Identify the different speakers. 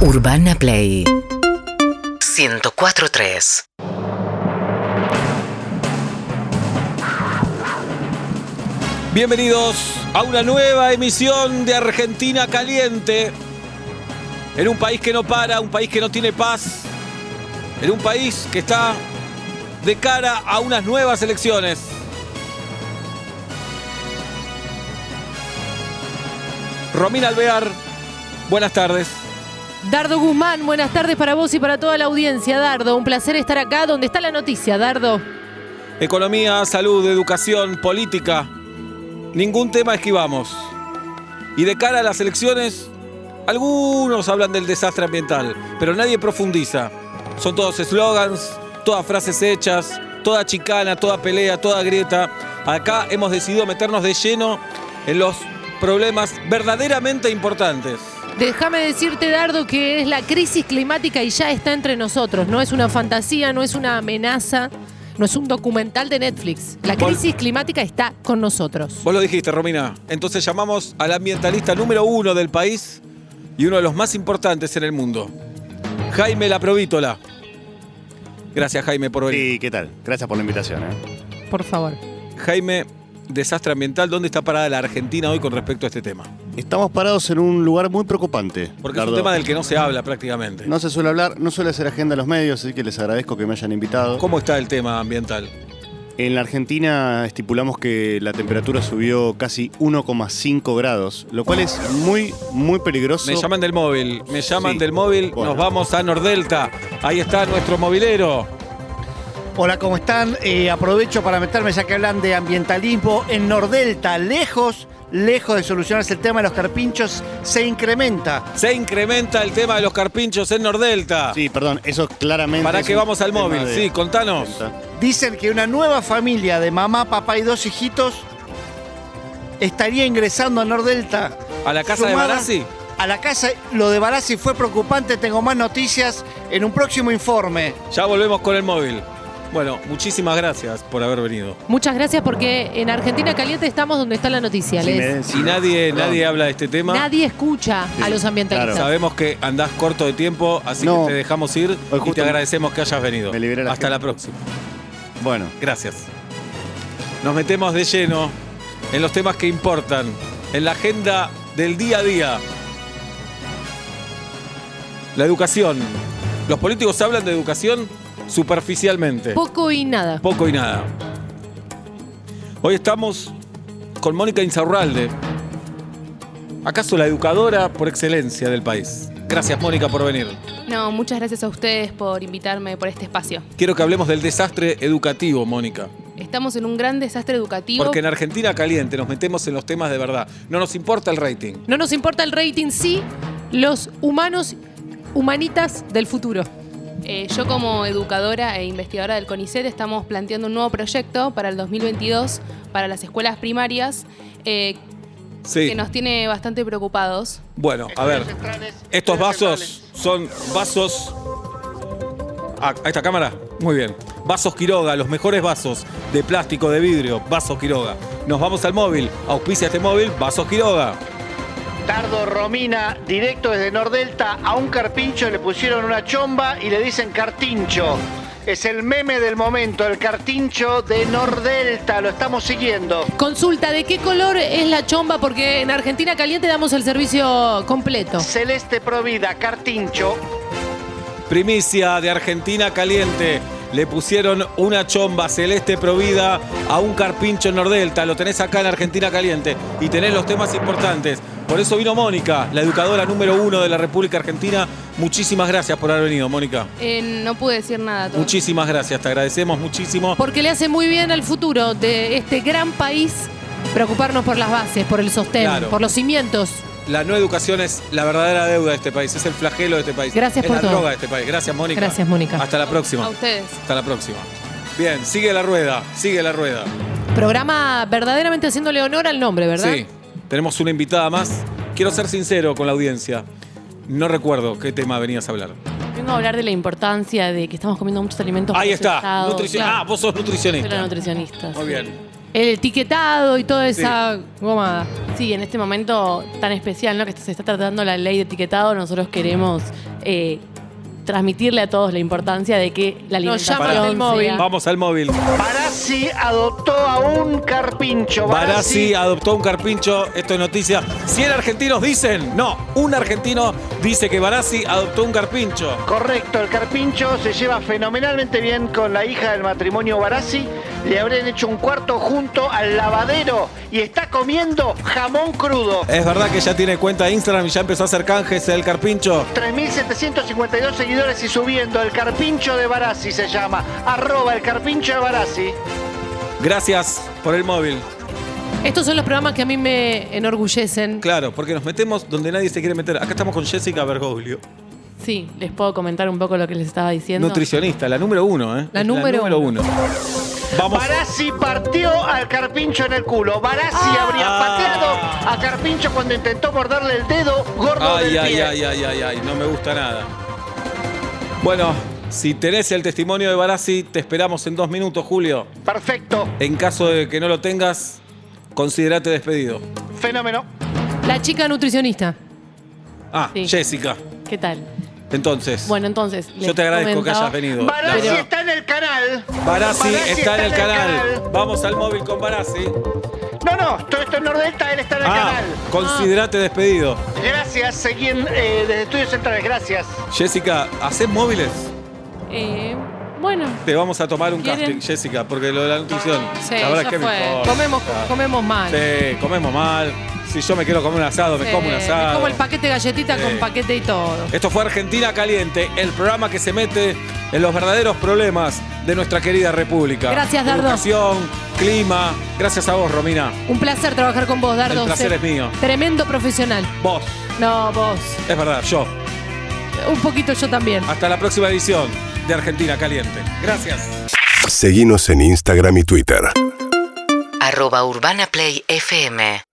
Speaker 1: Urbana Play 104.3
Speaker 2: Bienvenidos a una nueva emisión de Argentina Caliente. En un país que no para, un país que no tiene paz, en un país que está de cara a unas nuevas elecciones. Romina Alvear, buenas tardes.
Speaker 3: Dardo Guzmán, buenas tardes para vos y para toda la audiencia, Dardo. Un placer estar acá donde está la noticia, Dardo.
Speaker 2: Economía, salud, educación, política. Ningún tema esquivamos. Y de cara a las elecciones, algunos hablan del desastre ambiental, pero nadie profundiza. Son todos eslogans, todas frases hechas, toda chicana, toda pelea, toda grieta. Acá hemos decidido meternos de lleno en los problemas verdaderamente importantes.
Speaker 3: Déjame decirte, Dardo, que es la crisis climática y ya está entre nosotros. No es una fantasía, no es una amenaza, no es un documental de Netflix. La
Speaker 2: Vol-
Speaker 3: crisis climática está con nosotros.
Speaker 2: Vos lo dijiste, Romina. Entonces llamamos al ambientalista número uno del país y uno de los más importantes en el mundo, Jaime Laprovítola. Gracias, Jaime, por venir.
Speaker 4: Sí, ¿qué tal? Gracias por la invitación. ¿eh?
Speaker 3: Por favor.
Speaker 2: Jaime, desastre ambiental, ¿dónde está parada la Argentina hoy con respecto a este tema?
Speaker 4: Estamos parados en un lugar muy preocupante.
Speaker 2: Porque es
Speaker 4: Dardo.
Speaker 2: un tema del que no se habla prácticamente.
Speaker 4: No se suele hablar, no suele hacer agenda en los medios, así que les agradezco que me hayan invitado.
Speaker 2: ¿Cómo está el tema ambiental?
Speaker 4: En la Argentina estipulamos que la temperatura subió casi 1,5 grados, lo cual es muy, muy peligroso.
Speaker 2: Me llaman del móvil, me llaman
Speaker 4: Sí.
Speaker 2: del móvil,
Speaker 4: Bueno.
Speaker 2: nos vamos a Nordelta. Ahí está nuestro movilero.
Speaker 5: Hola, ¿cómo están? Eh, aprovecho para meterme, ya que hablan de ambientalismo, en Nordelta, lejos, lejos de solucionarse el tema de los carpinchos, se incrementa.
Speaker 2: Se incrementa el tema de los carpinchos en Nordelta.
Speaker 4: Sí, perdón, eso claramente.
Speaker 2: ¿Para
Speaker 4: es
Speaker 2: qué
Speaker 4: un
Speaker 2: vamos al
Speaker 4: tema
Speaker 2: móvil?
Speaker 4: de-
Speaker 2: Sí, contanos.
Speaker 5: Dicen que una nueva familia de mamá, papá y dos hijitos estaría ingresando a Nordelta.
Speaker 2: ¿A la casa de
Speaker 5: Sumada
Speaker 2: Barassi?
Speaker 5: A la casa, lo de Barassi fue preocupante, tengo más noticias en un próximo informe.
Speaker 2: Ya volvemos con el móvil. Bueno, muchísimas gracias por haber venido.
Speaker 3: Muchas gracias porque en Argentina Caliente estamos donde está la noticia,
Speaker 4: Si me
Speaker 3: Les.
Speaker 4: den-
Speaker 2: Y nadie,
Speaker 4: Perdón.
Speaker 2: nadie habla de este tema.
Speaker 3: Nadie escucha a
Speaker 4: Sí,
Speaker 3: los ambientalistas.
Speaker 4: claro.
Speaker 2: Sabemos que andás corto de tiempo, así
Speaker 4: No.
Speaker 2: que te dejamos ir y
Speaker 4: justo
Speaker 2: te
Speaker 4: me-
Speaker 2: agradecemos que hayas venido.
Speaker 4: me liberé la
Speaker 2: Hasta
Speaker 4: gente.
Speaker 2: la próxima.
Speaker 4: Bueno,
Speaker 2: Gracias. Nos metemos de lleno en los temas que importan, en la agenda del día a día. La educación. Los políticos hablan de educación superficialmente.
Speaker 3: Poco y nada.
Speaker 2: Poco y nada. Hoy estamos con Mónica Insaurralde, acaso la educadora por excelencia del país. Gracias Mónica por venir.
Speaker 6: No, muchas gracias a ustedes por invitarme por este espacio.
Speaker 2: Quiero que hablemos del desastre educativo, Mónica.
Speaker 6: Estamos en un gran desastre educativo.
Speaker 2: Porque en Argentina Caliente nos metemos en los temas de verdad. No nos importa el rating.
Speaker 3: No nos importa el rating, sí, los humanos, humanitas del futuro.
Speaker 6: Eh, yo como educadora e investigadora del CONICET estamos planteando un nuevo proyecto para el 2022 para las escuelas primarias eh,
Speaker 2: Sí.
Speaker 6: que nos tiene bastante preocupados.
Speaker 2: Bueno, a ver. Estos vasos son vasos. Ah, a esta cámara. Muy bien. Vasos Quiroga, los mejores vasos de plástico, de vidrio. Vasos Quiroga. Nos vamos al móvil. Auspicia este móvil, Vasos Quiroga.
Speaker 5: Dardo Romina, directo desde Nordelta, a un carpincho le pusieron una chomba y le dicen cartincho. Es el meme del momento, el cartincho de Nordelta, lo estamos siguiendo.
Speaker 3: Consulta, ¿de qué color es la chomba? Porque en Argentina Caliente damos el servicio completo.
Speaker 5: Celeste Provida, cartincho.
Speaker 2: Primicia de Argentina Caliente. Le pusieron una chomba celeste provida a un carpincho en Nordelta. Lo tenés acá en Argentina Caliente. Y tenés los temas importantes. Por eso vino Mónica, la educadora número uno de la República Argentina. Muchísimas gracias por haber venido, Mónica.
Speaker 6: Eh, no pude decir nada. todavía.
Speaker 2: Muchísimas gracias, te agradecemos muchísimo.
Speaker 3: Porque le hace muy bien al futuro de este gran país preocuparnos por las bases, por el sostén,
Speaker 2: Claro.
Speaker 3: por los cimientos.
Speaker 2: La no educación es la verdadera deuda de este país, es el flagelo de este país.
Speaker 3: Gracias
Speaker 2: es
Speaker 3: por
Speaker 2: la
Speaker 3: todo.
Speaker 2: droga de este país. Gracias, Mónica.
Speaker 3: Gracias, Mónica.
Speaker 2: Hasta la próxima.
Speaker 6: A ustedes.
Speaker 2: Hasta la próxima. Bien, sigue la rueda, sigue la rueda.
Speaker 3: Programa verdaderamente haciéndole honor al nombre, ¿verdad?
Speaker 2: Sí, tenemos una invitada más. Quiero ser sincero con la audiencia. No recuerdo qué tema venías a hablar.
Speaker 7: Vengo a hablar de la importancia de que estamos comiendo muchos alimentos
Speaker 2: Ahí está,
Speaker 7: procesados.
Speaker 2: nutrici-
Speaker 7: Claro,
Speaker 2: Ah, vos sos
Speaker 7: soy la
Speaker 2: nutricionista.
Speaker 7: nutricionista.
Speaker 2: Muy
Speaker 7: sí.
Speaker 2: bien.
Speaker 3: el etiquetado y toda esa gomada.
Speaker 1: Sí, en este momento tan especial, ¿no? Que se está tratando la ley de etiquetado, nosotros queremos eh, transmitirle a todos la importancia de que la
Speaker 3: Nos
Speaker 1: alimentación
Speaker 3: llaman del móvil.
Speaker 1: sea-
Speaker 2: Vamos al móvil.
Speaker 5: Barassi adoptó a un carpincho.
Speaker 2: Barassi adoptó un carpincho, esto es noticia. 100 argentinos dicen, no, un argentino dice que Barassi adoptó un carpincho.
Speaker 5: Correcto, el carpincho se lleva fenomenalmente bien con la hija del matrimonio Barassi. Le habrían hecho un cuarto junto al lavadero y está comiendo jamón crudo.
Speaker 2: Es verdad que ya tiene cuenta de Instagram y ya empezó a hacer canjes el carpincho.
Speaker 5: 3.752 seguidores y subiendo. El carpincho de Barassi se llama. Arroba el carpincho de Barassi.
Speaker 2: Gracias por el móvil.
Speaker 3: Estos son los programas que a mí me enorgullecen.
Speaker 2: Claro, porque nos metemos donde nadie se quiere meter. Acá estamos con Jessica Bergoglio,
Speaker 1: Sí, les puedo comentar un poco lo que les estaba diciendo.
Speaker 2: nutricionista, la número uno, ¿eh?
Speaker 3: La número
Speaker 2: uno. Vamos.
Speaker 5: Barassi partió al carpincho en el culo. Barassi
Speaker 2: Ah.
Speaker 5: habría pateado a carpincho cuando intentó morderle el dedo gordo
Speaker 2: Ay,
Speaker 5: del
Speaker 2: ay,
Speaker 5: pie.
Speaker 2: ay, ay, ay, ay, no me gusta nada. Bueno, si tenés el testimonio de Barassi, te esperamos en dos minutos, Julio.
Speaker 5: Perfecto.
Speaker 2: En caso de que no lo tengas, considerate despedido.
Speaker 5: Fenómeno.
Speaker 3: La chica nutricionista.
Speaker 2: Ah,
Speaker 1: Sí.
Speaker 2: Jessica.
Speaker 1: ¿Qué tal?
Speaker 2: Entonces,
Speaker 1: Bueno, entonces.
Speaker 2: yo
Speaker 1: les
Speaker 2: te agradezco que
Speaker 1: comentaba-
Speaker 2: hayas venido. la
Speaker 5: Barassi
Speaker 2: verdad.
Speaker 5: está en el canal.
Speaker 2: Barassi está, en el canal. Vamos al móvil con Barassi.
Speaker 5: No, no, todo esto es Nordelta, él está en el
Speaker 2: Ah,
Speaker 5: canal.
Speaker 2: considerate despedido.
Speaker 5: Gracias, seguí en, eh, desde Estudios Centrales, gracias.
Speaker 2: Jessica, ¿haces móviles?
Speaker 1: Eh, bueno,
Speaker 2: Te vamos a tomar un
Speaker 1: ¿Quieren?
Speaker 2: casting, Jessica, porque lo de la nutrición.
Speaker 3: Sí,
Speaker 2: la verdad
Speaker 3: ya
Speaker 2: es que me
Speaker 3: fue.
Speaker 2: importa.
Speaker 3: Comemos, comemos mal.
Speaker 2: Sí, comemos mal. Si yo me quiero comer un asado, me
Speaker 3: Sí,
Speaker 2: como un asado.
Speaker 3: me Eh, como el paquete de galletita
Speaker 2: Sí.
Speaker 3: con paquete y todo.
Speaker 2: Esto fue Argentina Caliente, el programa que se mete en los verdaderos problemas de nuestra querida República.
Speaker 3: Gracias, Dardo.
Speaker 2: Educación, clima. Gracias a vos, Romina.
Speaker 3: Un placer trabajar con vos, Dardo.
Speaker 2: El placer
Speaker 3: Sé
Speaker 2: es mío.
Speaker 3: Tremendo profesional.
Speaker 2: Vos.
Speaker 3: No, vos.
Speaker 2: Es verdad, yo.
Speaker 3: Un poquito yo también.
Speaker 2: Hasta la próxima edición de Argentina Caliente. Gracias.
Speaker 7: Seguinos en Instagram y Twitter.
Speaker 8: arroba urbanaplayfm